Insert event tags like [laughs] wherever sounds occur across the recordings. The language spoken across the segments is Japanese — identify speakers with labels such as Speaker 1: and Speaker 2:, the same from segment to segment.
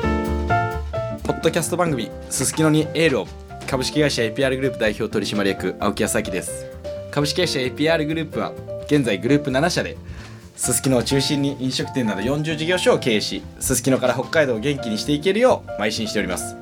Speaker 1: ポッドキャスト番組「すすきのにエールを」株式会社 APR グループ代表取締役青木康明です株式会社 APR グループは現在グループ7社ですすきのを中心に飲食店など40事業所を経営しすすきのから北海道を元気にしていけるよう邁進しております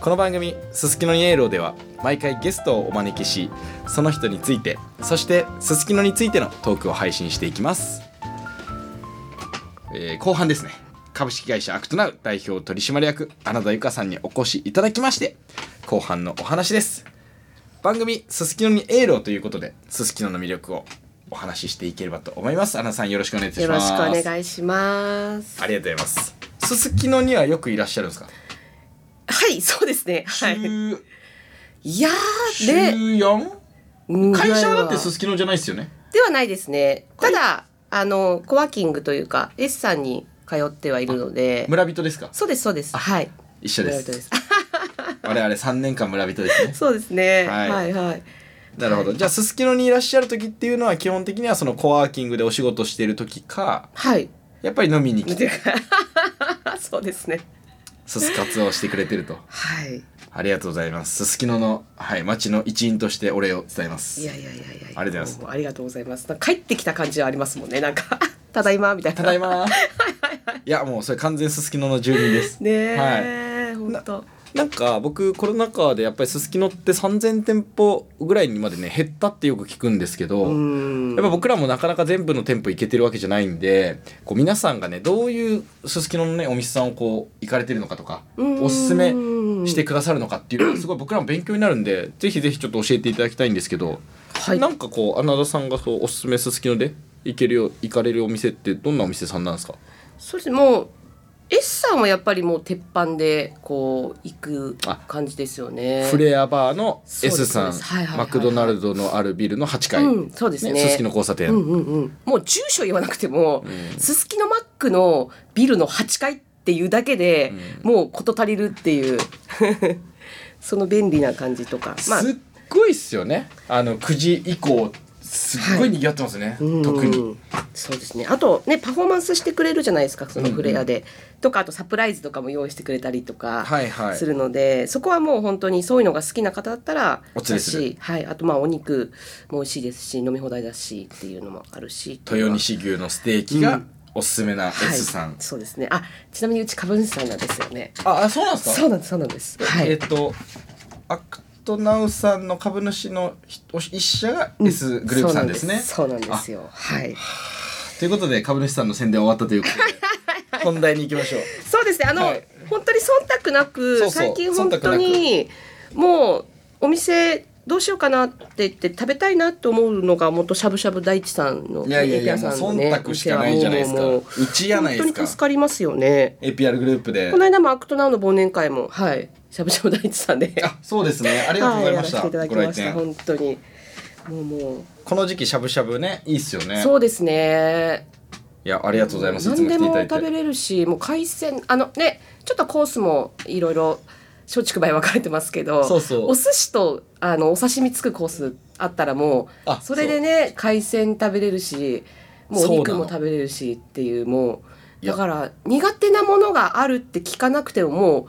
Speaker 1: この番組「すすきのにエールを」では毎回ゲストをお招きしその人についてそしてすすきのについてのトークを配信していきます、えー後半ですね株式会社アクトナウ代表取締役穴田由香さんにお越しいただきまして後半のお話です番組「すすきのにエールを」ということですすきのの魅力をお話ししていければと思います穴田さんよろしくお願いいたし
Speaker 2: よ
Speaker 1: ま
Speaker 2: ろ
Speaker 1: す
Speaker 2: しくお願いします。
Speaker 1: ありがとうございますすすきのにはよくいらっしゃるんですか
Speaker 2: はい、そうですね。はい。
Speaker 1: 週
Speaker 2: いやー、
Speaker 1: 週
Speaker 2: で、
Speaker 1: 4?
Speaker 2: うん
Speaker 1: 会社はだっ
Speaker 2: ぐらい
Speaker 1: てすすきのじゃないですよね
Speaker 2: ではないですね。ただ、あの、コワーキングというか、S さんに通ってはいるので、
Speaker 1: 村人ですか
Speaker 2: そうです、そうです。はい。
Speaker 1: 一緒で
Speaker 2: 村人です
Speaker 1: [laughs] 我々3年間村人ですね
Speaker 2: そうですね。
Speaker 1: は
Speaker 2: はいい、はい、はい。
Speaker 1: なるほどじゃあすすきのにいらっしゃる時っていうのは基本的にはそのコワーキングでお仕事してる時かやっぱり飲みに来て
Speaker 2: [laughs] そうですね。
Speaker 1: すす活をしてくれてると
Speaker 2: はい。
Speaker 1: ありがとうございますすすきのの、はい、町の一員としてお礼を伝えます
Speaker 2: いやいやいやいや。
Speaker 1: ありがとうございます
Speaker 2: もありがとうございます。なんか帰ってきた感じはありますもんね。なんか [laughs] ただいまみたいな。
Speaker 1: ただい。まいやもうそれ完全すすきのの住民です
Speaker 2: ね
Speaker 1: はい
Speaker 2: え、本当。
Speaker 1: なんか僕コロナ禍でやっぱりすすきのって3,000店舗ぐらいにまでね減ったってよく聞くんですけど、
Speaker 2: うん。
Speaker 1: やっぱ僕らもなかなか全部の店舗行けてるわけじゃないんでこう皆さんがねどういうすすきののねお店さんをこう行かれてるのかとか
Speaker 2: うん
Speaker 1: おすすめしてくださるのかっていうのがすごい僕らも勉強になるんでぜひぜひちょっと教えていただきたいんですけど、
Speaker 2: はい
Speaker 1: なんかこう穴田さんがそうおすすめすすきので行けるよ行かれるお店ってどんなお店さんなんですか
Speaker 2: そうですねもう S さんはやっぱりもう鉄板でこう行く
Speaker 1: あ
Speaker 2: 感じですよね。
Speaker 1: フレアバーの
Speaker 2: そうです
Speaker 1: S さん、
Speaker 2: そうですはいはいはい
Speaker 1: マクドナルドのあるビルの8階、
Speaker 2: うんそうですね
Speaker 1: すすきの交差点、
Speaker 2: うんうんうん、もう住所言わなくても、すすきのマックのビルの8階っていうだけで、もう事足りるっていう [laughs] その便利な感じとか、まあ、
Speaker 1: すっごいっすよねあの9時以降すっごい賑わってますね、
Speaker 2: うん
Speaker 1: 特に
Speaker 2: そうですねあとねパフォーマンスしてくれるじゃないですかそのフレアで、とかあとサプライズとかも用意してくれたりとか
Speaker 1: はいはい
Speaker 2: するので、そこはもう本当にそういうのが好きな方だったら
Speaker 1: お連れする
Speaker 2: だしはい、あとまあお肉も美味しいですし飲み放題だしっていうのもあるし
Speaker 1: 豊西牛のステーキ
Speaker 2: う
Speaker 1: が
Speaker 2: ん
Speaker 1: おすすめな S さん、
Speaker 2: はい、そうですねあちなみにうち株主さんなんですよね
Speaker 1: ああそうなんですか
Speaker 2: そうなんですそうなんですは
Speaker 1: えっ、
Speaker 2: い
Speaker 1: とアクトナウさんの株主のひお一社が S グループさんですね、
Speaker 2: そうなんですそうなんですよはい
Speaker 1: ということで株主さんの宣伝終わったということで本題に行きましょう
Speaker 2: そうですね。あの、
Speaker 1: はい
Speaker 2: 本当に忖度なく
Speaker 1: そうそう
Speaker 2: 最近本当にもうお店どうしようかなって言って食べたいなと思うのが元しゃぶしゃぶ大地さんの
Speaker 1: いやいやいや
Speaker 2: エピ
Speaker 1: もう
Speaker 2: アさんの
Speaker 1: 忖度しかないじゃないですか
Speaker 2: お店はもうもう
Speaker 1: うちやないですか
Speaker 2: 本当に助かりますよね。
Speaker 1: APR グループで
Speaker 2: この間もアクトナウの忘年会もはいしゃぶしゃぶ大地さんで
Speaker 1: あそうですねありがとうございました,、
Speaker 2: はい、やらせてい
Speaker 1: ご
Speaker 2: ただ
Speaker 1: 来
Speaker 2: きまし
Speaker 1: 店
Speaker 2: た本当にもうも
Speaker 1: この時期しゃぶしゃぶねいいっすよ
Speaker 2: う、
Speaker 1: ね
Speaker 2: そうですね。
Speaker 1: いやありがとうございますいつも来
Speaker 2: 何で
Speaker 1: てい
Speaker 2: も
Speaker 1: ただい
Speaker 2: 食
Speaker 1: て
Speaker 2: べれるしもう海鮮あのねちょっとコースもいろいろ松竹梅分かれてますけど
Speaker 1: そうそう
Speaker 2: お寿司とあのお刺身つくコースあったらもう
Speaker 1: あ
Speaker 2: それでね海鮮食べれるしもうお
Speaker 1: そ
Speaker 2: 肉
Speaker 1: うなの
Speaker 2: も食べれるしっていうもう
Speaker 1: いや
Speaker 2: だから苦手なものがあるって聞かなくてももう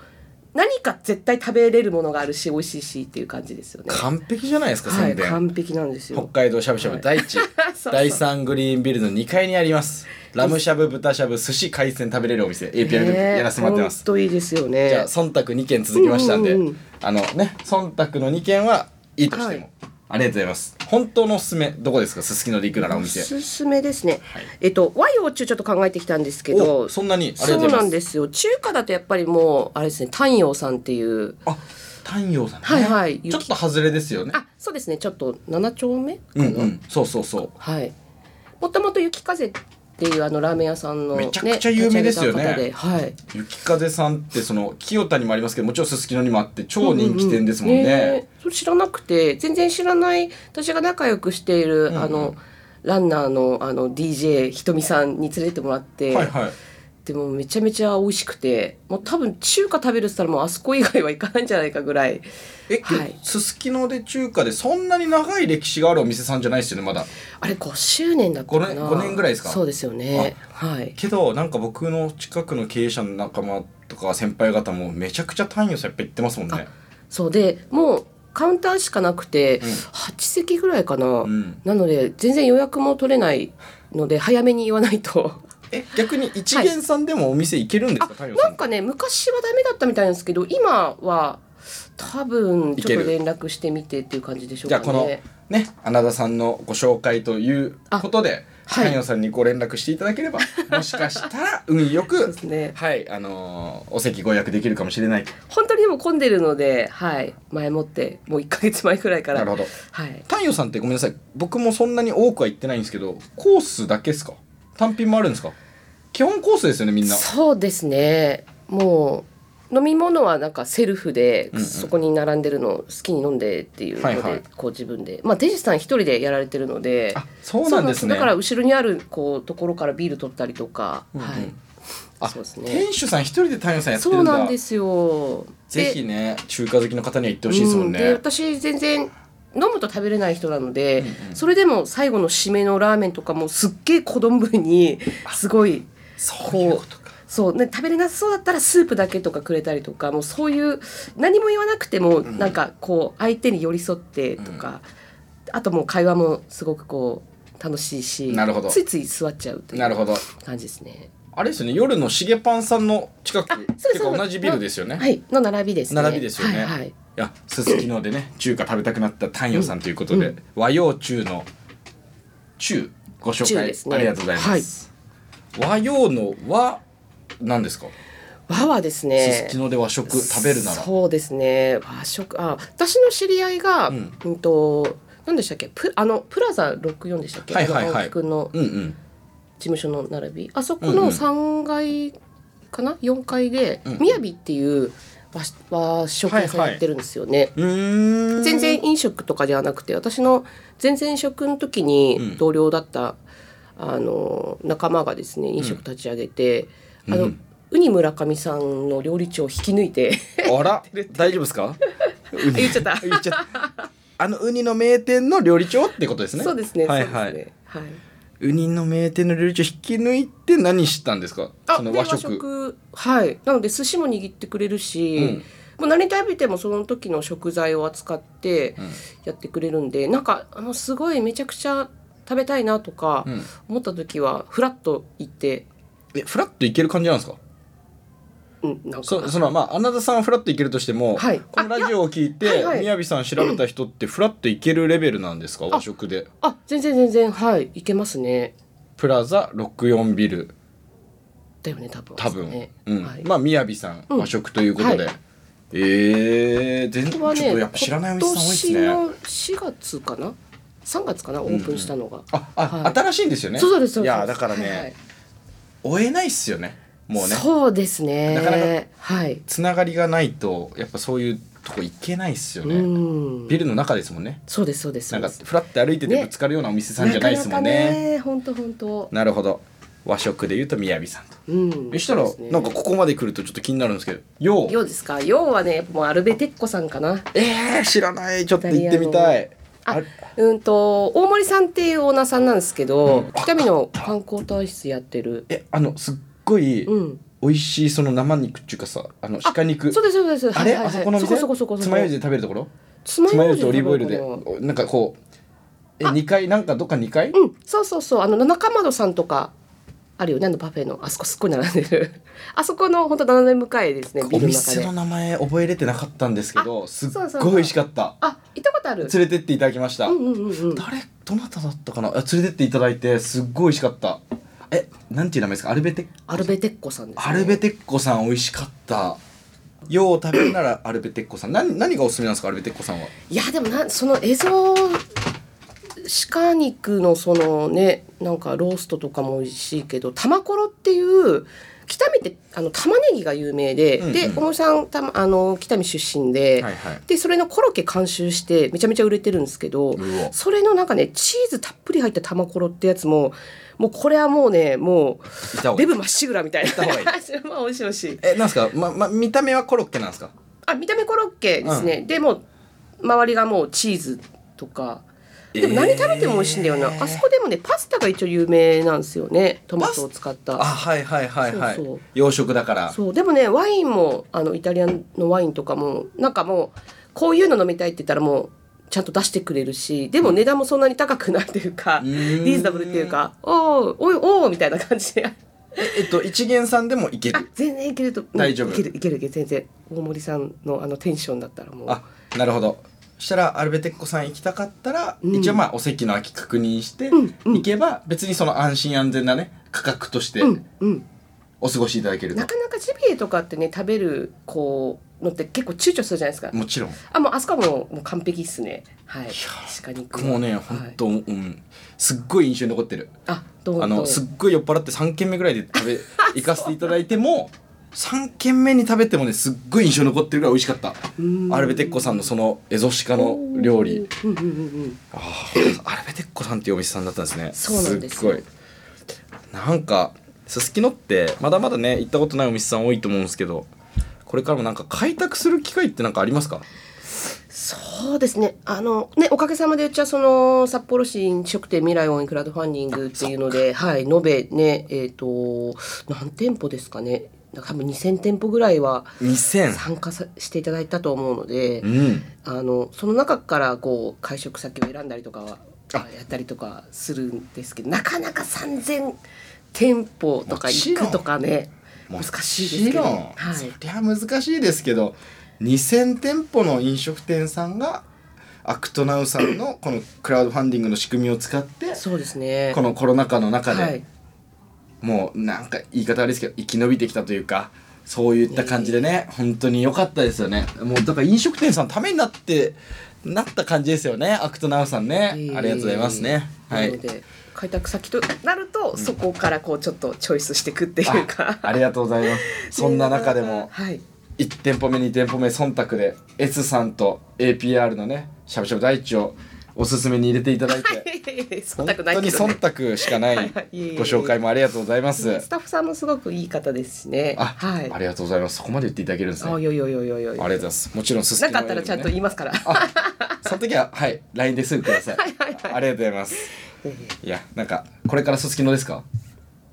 Speaker 2: 何か絶対食べれるものがあるし美味しいしっていう感じですよね。
Speaker 1: 完璧じゃないですか
Speaker 2: は
Speaker 1: 宣
Speaker 2: い、
Speaker 1: 伝、
Speaker 2: 完璧なんです
Speaker 1: 北
Speaker 2: よ。
Speaker 1: 海道しゃぶしゃぶ第地、
Speaker 2: [laughs] そう
Speaker 1: 第3グリーンビルの2階にありますラムしゃぶ豚しゃぶ寿司海鮮食べれるお店 APR グループ
Speaker 2: ねえ
Speaker 1: やらせてもらってま
Speaker 2: 本
Speaker 1: す、
Speaker 2: 当いいですよね。
Speaker 1: じゃあ忖度2件続きましたんで、
Speaker 2: うんうんうん
Speaker 1: あのね忖度の2件はいいとしても、
Speaker 2: はい
Speaker 1: ありがとうございます本当のおすすめどこですかすすきので行くならお
Speaker 2: お
Speaker 1: 店
Speaker 2: すすめですね、
Speaker 1: はい
Speaker 2: えっと和洋中ちょっと考えてきたんですけ
Speaker 1: お
Speaker 2: ど
Speaker 1: そ
Speaker 2: そ
Speaker 1: んなにありがとうご
Speaker 2: う
Speaker 1: ざい
Speaker 2: な
Speaker 1: ます
Speaker 2: んですよ中華だとやっぱりもうあれですね丹陽さんっていう
Speaker 1: あ太陽さんね、
Speaker 2: はいはい
Speaker 1: ちょっと外れですよね
Speaker 2: あそうですねちょっと7丁目か
Speaker 1: う
Speaker 2: な、
Speaker 1: んうんそうそうそう
Speaker 2: はいもともと雪風っていうあのラーメン屋さんの、ね、
Speaker 1: めちゃくちゃ有名ですよね
Speaker 2: 立ち上げた方ではい
Speaker 1: 雪風さんってその清田にもありますけどもちろんすすきのにもあって超人気店ですもんね,、
Speaker 2: えそれ知らなくて全然知らない私が仲良くしている、あのランナーのあの DJ ひとみさんに連れてってもらって、
Speaker 1: はいはい
Speaker 2: でもめちゃめちゃ美味しくてもう多分中華食べるって言ったらもうあそこ以外は行かないんじゃないかぐらい
Speaker 1: え、でも
Speaker 2: はい
Speaker 1: すすきので中華でそんなに長い歴史があるお店さんじゃないですよねまだ
Speaker 2: あれ5周年だったかな
Speaker 1: 5年5年ぐらいですか
Speaker 2: そうですよねはい
Speaker 1: けどなんか僕の近くの経営者の仲間とか先輩方もめちゃくちゃ単位をさやっぱ行ってますもんね
Speaker 2: そうでもうカウンターしかなくて、
Speaker 1: うん
Speaker 2: 8席ぐらいかな、
Speaker 1: うん
Speaker 2: なので全然予約も取れないので早めに言わないと
Speaker 1: え逆に一元さんでもお店行けるんですか、太陽さ
Speaker 2: なんんかね昔はダメだったみたいなんですけど今は多分ちょっと
Speaker 1: いけ
Speaker 2: 連絡してみてっていう感じでしょう
Speaker 1: じゃ
Speaker 2: か
Speaker 1: あ
Speaker 2: ね
Speaker 1: このね穴田さんのご紹介ということで
Speaker 2: あはい
Speaker 1: 太陽さんにご連絡していただければ、もしかしたら運よ
Speaker 2: そう
Speaker 1: く
Speaker 2: ですね
Speaker 1: はいあのーお席ご予約できるかもしれない
Speaker 2: 本当にでも混んでるのではい前もってもう1か月前くらいから
Speaker 1: なるほど
Speaker 2: はい
Speaker 1: 太陽さんってごめんなさい僕もそんなに多くは行ってないんですけどコースだけですか単品もあるんですか基本コースですよねみんな
Speaker 2: そうですねもう飲み物はなんかセルフで、
Speaker 1: うんうん
Speaker 2: そこに並んでるのを好きに飲んでっていうので、
Speaker 1: はいはい
Speaker 2: こう自分でまあデジさん一人でやられてるので
Speaker 1: あそうなんですね
Speaker 2: だから後ろにあるこうところからビール取ったりとか、
Speaker 1: うんうん
Speaker 2: はい
Speaker 1: あ
Speaker 2: そうですね
Speaker 1: 店主さん一人で太陽さんやって
Speaker 2: そ
Speaker 1: る
Speaker 2: うん
Speaker 1: だ
Speaker 2: なんですよ
Speaker 1: ぜひ
Speaker 2: で
Speaker 1: ね中華好きの方には行ってほしいですもんね、
Speaker 2: うで私全然飲むと食べれない人なので、
Speaker 1: うんうん
Speaker 2: それでも最後の締めのラーメンとかもすっげえ小丼にすごい
Speaker 1: そういうことか
Speaker 2: そう、ね、食べれなさそうだったらスープだけとかくれたりとかもうそういう何も言わなくても
Speaker 1: ん
Speaker 2: なんかこう相手に寄り添ってとか、あともう会話もすごくこう楽しいし
Speaker 1: なるほど
Speaker 2: ついつい座っちゃうとい
Speaker 1: なる
Speaker 2: う
Speaker 1: ほど
Speaker 2: 感じですね。
Speaker 1: あれですよね夜のしげぱんさんの近く
Speaker 2: あ
Speaker 1: っ
Speaker 2: そう
Speaker 1: て
Speaker 2: です
Speaker 1: いうか同じビルですよね、、
Speaker 2: はいい、の並びですね。
Speaker 1: 並びですよね
Speaker 2: はい、はい、
Speaker 1: やすすきのでね中華食べたくなった太陽さんということで、
Speaker 2: うん
Speaker 1: 和洋中の中ご紹
Speaker 2: 中
Speaker 1: 介、
Speaker 2: ですね
Speaker 1: ありがとうございます、和洋の和なんですか
Speaker 2: 和はですね。
Speaker 1: すすきので和食食べるなら
Speaker 2: そうですね和食あ私の知り合いが、
Speaker 1: う
Speaker 2: うんん、と何でしたっけプあのプラザ64でしたっけ、
Speaker 1: はいはいはい
Speaker 2: 山本君の
Speaker 1: うんうん
Speaker 2: 事務所の並びあそこ
Speaker 1: うんうん
Speaker 2: の3階かな、4階で、
Speaker 1: うん
Speaker 2: みやびっていう和和食屋さんやってるんですよね、
Speaker 1: うーん
Speaker 2: 全然飲食とかではなくて私の全然食の時に同僚だった、あの仲間がですね飲食立ち上げて、あの、
Speaker 1: うん
Speaker 2: ウニ村上さんの料理長を引き抜いて [laughs]
Speaker 1: あら大丈夫ですか
Speaker 2: 言っちゃった
Speaker 1: 言っちゃったあのウニの名店の料理長ってことですね
Speaker 2: そうですね。
Speaker 1: はいはい
Speaker 2: そうですねはい。
Speaker 1: ウニの名店の料理長引き抜いて何したんですか
Speaker 2: あ、
Speaker 1: その
Speaker 2: で
Speaker 1: 和
Speaker 2: 和
Speaker 1: 食
Speaker 2: 食。はい。なので寿司も握ってくれるし、
Speaker 1: うん
Speaker 2: もう何食べてもその時の食材を扱って
Speaker 1: うん
Speaker 2: やってくれるんで、なんかあのすごいめちゃくちゃ食べたいなとか
Speaker 1: うん
Speaker 2: 思った時はフラッと行って、
Speaker 1: えフラッといける感じなんですか
Speaker 2: うん、なんか
Speaker 1: そそのまああなたさんはフラッといけるとしても、
Speaker 2: はい
Speaker 1: このラジオを聞い
Speaker 2: あい
Speaker 1: て
Speaker 2: やはいはい
Speaker 1: みやびさん調べた人ってフラッといけるレベルなんですか和食で
Speaker 2: あ、全然全然はいいけますね。
Speaker 1: プラザ64ビル
Speaker 2: だよね多分。
Speaker 1: 多分、
Speaker 2: ね
Speaker 1: うん
Speaker 2: はい。
Speaker 1: まあみやびさん
Speaker 2: うん
Speaker 1: 和食ということで、
Speaker 2: は
Speaker 1: ええ全然
Speaker 2: こ
Speaker 1: ちょっ
Speaker 2: こは
Speaker 1: と
Speaker 2: ね、
Speaker 1: やっぱ知らないおじさん多いですね
Speaker 2: 今年の4月かな、3月かなオープンしたのが。
Speaker 1: ああ、
Speaker 2: はい
Speaker 1: 新しいんですよね
Speaker 2: そうですそうです。
Speaker 1: いやだからね、
Speaker 2: はい
Speaker 1: 追えないっすよねもうね
Speaker 2: そうですね。
Speaker 1: なかなか
Speaker 2: はい。
Speaker 1: つながりがないとやっぱそういうとこ行けないっすよね、
Speaker 2: うん。
Speaker 1: ビルの中ですもんね
Speaker 2: そうですそうです。
Speaker 1: なんか
Speaker 2: そうです
Speaker 1: フラって歩いてて
Speaker 2: ね
Speaker 1: ぶつかるようなお店さんじゃないですもんね
Speaker 2: なかなかね。本当本当。
Speaker 1: なるほど和食でいうとみやびさんと
Speaker 2: うん。
Speaker 1: そしたら、
Speaker 2: そうですね
Speaker 1: なんかここまで来るとちょっと気になるんですけどよう
Speaker 2: ようですか。ようはね、もうアルベテッコさんかな。
Speaker 1: えー、知らないちょっと行ってみたい
Speaker 2: あ
Speaker 1: れ、
Speaker 2: うんと大森さんっていうオーナーさんなんですけ
Speaker 1: う
Speaker 2: ど
Speaker 1: ん、
Speaker 2: 北見の観光体質やってる。
Speaker 1: えあのすっごい
Speaker 2: うん。
Speaker 1: 美味しいその生肉っていうかさあの鹿肉
Speaker 2: そうですそうです。
Speaker 1: あれ、
Speaker 2: はいはいはい
Speaker 1: あそこの店
Speaker 2: そこそこそこそこ。
Speaker 1: つまようじで食べるところ
Speaker 2: つま
Speaker 1: つまようじと
Speaker 2: よ
Speaker 1: オ
Speaker 2: う
Speaker 1: リー
Speaker 2: じ
Speaker 1: ブオイルで
Speaker 2: どこかな
Speaker 1: おなんかこうえ2階なんかどっか2階
Speaker 2: うん、そうそうそう、あの中窓さんとか。あるよね、あのパフェの、あそこすっごい並んでる。あそこの本当斜め向かいですね、ビ
Speaker 1: お
Speaker 2: ルの中
Speaker 1: 店
Speaker 2: で
Speaker 1: の。名前覚えれてなかったんですけどすっ
Speaker 2: そうそう
Speaker 1: ご
Speaker 2: そう
Speaker 1: い美味しかった
Speaker 2: あ、行ったことある。
Speaker 1: 連れてっていただきました、
Speaker 2: うんうんうんうん。
Speaker 1: 誰どなただったかなあ連れてっていただいてすっごい美味しかったえなんていう名前ですかアルベテ
Speaker 2: アルベテッコさんです、ね。
Speaker 1: アルベテッコさん美味しかったよう食べるならアルベテッコさん何何がおすすめなんですかアルベテッコさんはい
Speaker 2: や、でもな、その映像。鹿肉のそのねなんかローストとかも美味しいけど玉ころっていう北見ってあの玉ねぎが有名で、
Speaker 1: うんうん
Speaker 2: で小野さんた、ま、あの北見出身で、
Speaker 1: はいはい
Speaker 2: でそれのコロッケ監修してめちゃめちゃ売れてるんですけど
Speaker 1: うお
Speaker 2: それのなんかねチーズたっぷり入った玉ころってやつももうこれはもうねも
Speaker 1: いた方が
Speaker 2: う
Speaker 1: い
Speaker 2: デ
Speaker 1: い
Speaker 2: ブまっしぐらみたいな
Speaker 1: た方がいい
Speaker 2: [laughs] まあ美味しい美味しい
Speaker 1: えなんすかまま見た目はコロッケなんですか
Speaker 2: あ見た目コロッケですね、でも周りがもうチーズとかでも何食べても美味しいんだよな、
Speaker 1: えー
Speaker 2: あそこでもねパスタが一応有名なんですよねトマトを使っ
Speaker 1: あ
Speaker 2: た
Speaker 1: はいはいはいはい
Speaker 2: そうそう
Speaker 1: 洋食だから
Speaker 2: そうでもねワインもあのイタリアンのワインとかもなんかもうこういうの飲みたいって言ったらもうちゃんと出してくれるしでも値段もそんなに高くないというか、
Speaker 1: うーん
Speaker 2: リーズナブルっていうかおーおいおーみたいな感じで
Speaker 1: えっと一元さんでもいけ
Speaker 2: あ
Speaker 1: る
Speaker 2: 全然いけるとうん
Speaker 1: 大丈夫
Speaker 2: いけるいけるいける全然大森さんのあのテンションだったらもう
Speaker 1: あなるほどそしたらアルベテッコさん行きたかったら、
Speaker 2: うん
Speaker 1: 一応まあお席の空き確認して、
Speaker 2: うんうん
Speaker 1: 行けば別にその安心安全なね価格として
Speaker 2: うんうん
Speaker 1: お過ごしいただけると
Speaker 2: な、かなかジビエとかってね食べるこうのって結構躊躇するじゃないですか
Speaker 1: もちろん
Speaker 2: あもうあそこはもうもう完璧っすねはい鹿肉
Speaker 1: 僕もね
Speaker 2: はい
Speaker 1: 本当、うんすっごい印象に残ってる
Speaker 2: あどう
Speaker 1: あの
Speaker 2: どう
Speaker 1: すっごい酔っ払って3軒目ぐらいで
Speaker 2: [laughs]
Speaker 1: 食べ行かせていただいても3軒目に食べてもねすっごい印象に残ってるぐらい美味しかった
Speaker 2: うん
Speaker 1: アルベテッコさんのそのエゾシカの料理
Speaker 2: うんうんうんうん
Speaker 1: あーアルベテッコさんっていうお店さんだったんですね
Speaker 2: そうなんです
Speaker 1: っ
Speaker 2: よ
Speaker 1: ごいなんかすすきのってまだまだね行ったことないお店さん多いと思うんですけどこれからもなんか開拓する機会ってなんかありますか
Speaker 2: そうですねあのねおかげさまでうちはその札幌市飲食店未来応援クラウドファンディングっていうのではい延べねえっ、と何店舗ですかね多分2,000店舗ぐらいは
Speaker 1: 2000
Speaker 2: 参加さしていただいたと思うので、
Speaker 1: うん
Speaker 2: あのその中からこう会食先を選んだりとかは
Speaker 1: あ
Speaker 2: やったりとかするんですけどなかなか3,000店舗とか行くとかね難しいですけど、
Speaker 1: も
Speaker 2: は
Speaker 1: ちろん
Speaker 2: い
Speaker 1: そ、りゃ難しいですけど2000店舗の飲食店さんがアクトナウさんのこのクラウドファンディングの仕組みを使って
Speaker 2: そうですね
Speaker 1: このコロナ禍の中で、
Speaker 2: はい、
Speaker 1: もうなんか言い方あれですけど生き延びてきたというかそういった感じでね本当に良かったですよねもうだから飲食店さんのためになってなった感じですよねアクトナウさんねあ
Speaker 2: え
Speaker 1: り
Speaker 2: ー
Speaker 1: がとうございますねは
Speaker 2: ないので開拓先となると、そこからこうちょっとチョイスしていくっていうか
Speaker 1: あありがとうございますそんな中でも
Speaker 2: [laughs] はい
Speaker 1: 1店舗目2店舗目忖度で S さんと APR のねしゃぶしゃぶ大地をおすすめに入れていただいて
Speaker 2: そ
Speaker 1: 本
Speaker 2: んなくない
Speaker 1: 当
Speaker 2: け
Speaker 1: に
Speaker 2: ど、ね、
Speaker 1: 忖度しかない
Speaker 2: はいはいいえいえいえ
Speaker 1: ご紹介もありがとうございます
Speaker 2: スタッフさんもすごくいい方ですしね
Speaker 1: あ、
Speaker 2: はい
Speaker 1: ありがとうございますそこまで言っていただけるんですね
Speaker 2: あ
Speaker 1: あり
Speaker 2: よいよいよいよいよ
Speaker 1: がとうございますもちろんすすきの
Speaker 2: なかったらちゃんと
Speaker 1: ね
Speaker 2: 言いますから。
Speaker 1: その時ははい LINE ですぐください
Speaker 2: はいはいはい
Speaker 1: ありがとうございますいやなんかこれからすすきのですか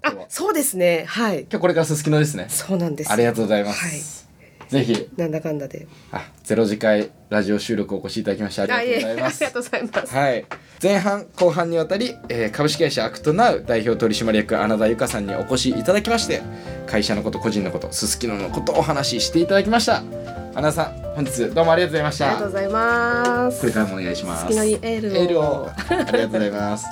Speaker 2: あ、そうですね。はい。
Speaker 1: 今日これからすすきのですね
Speaker 2: そうなんです。
Speaker 1: ありがとうございます、ぜひ
Speaker 2: はい。なんだかんだで。
Speaker 1: あゼロ次回ラジオ収録お越しいただきましてありがとうござい
Speaker 2: あ
Speaker 1: ま
Speaker 2: えあり
Speaker 1: す
Speaker 2: がとうございます。
Speaker 1: はい、前半後半にわたり、えー株式会社アクトナウ代表取締役穴田由香さんにお越しいただきまして会社のこと個人のことすすきののことをお話ししていただきました穴田さん本日どうもありがとうございまし
Speaker 2: ありがと
Speaker 1: た
Speaker 2: うございます。
Speaker 1: これからもお願いします
Speaker 2: 好きなにエールを
Speaker 1: エールをありがとうございます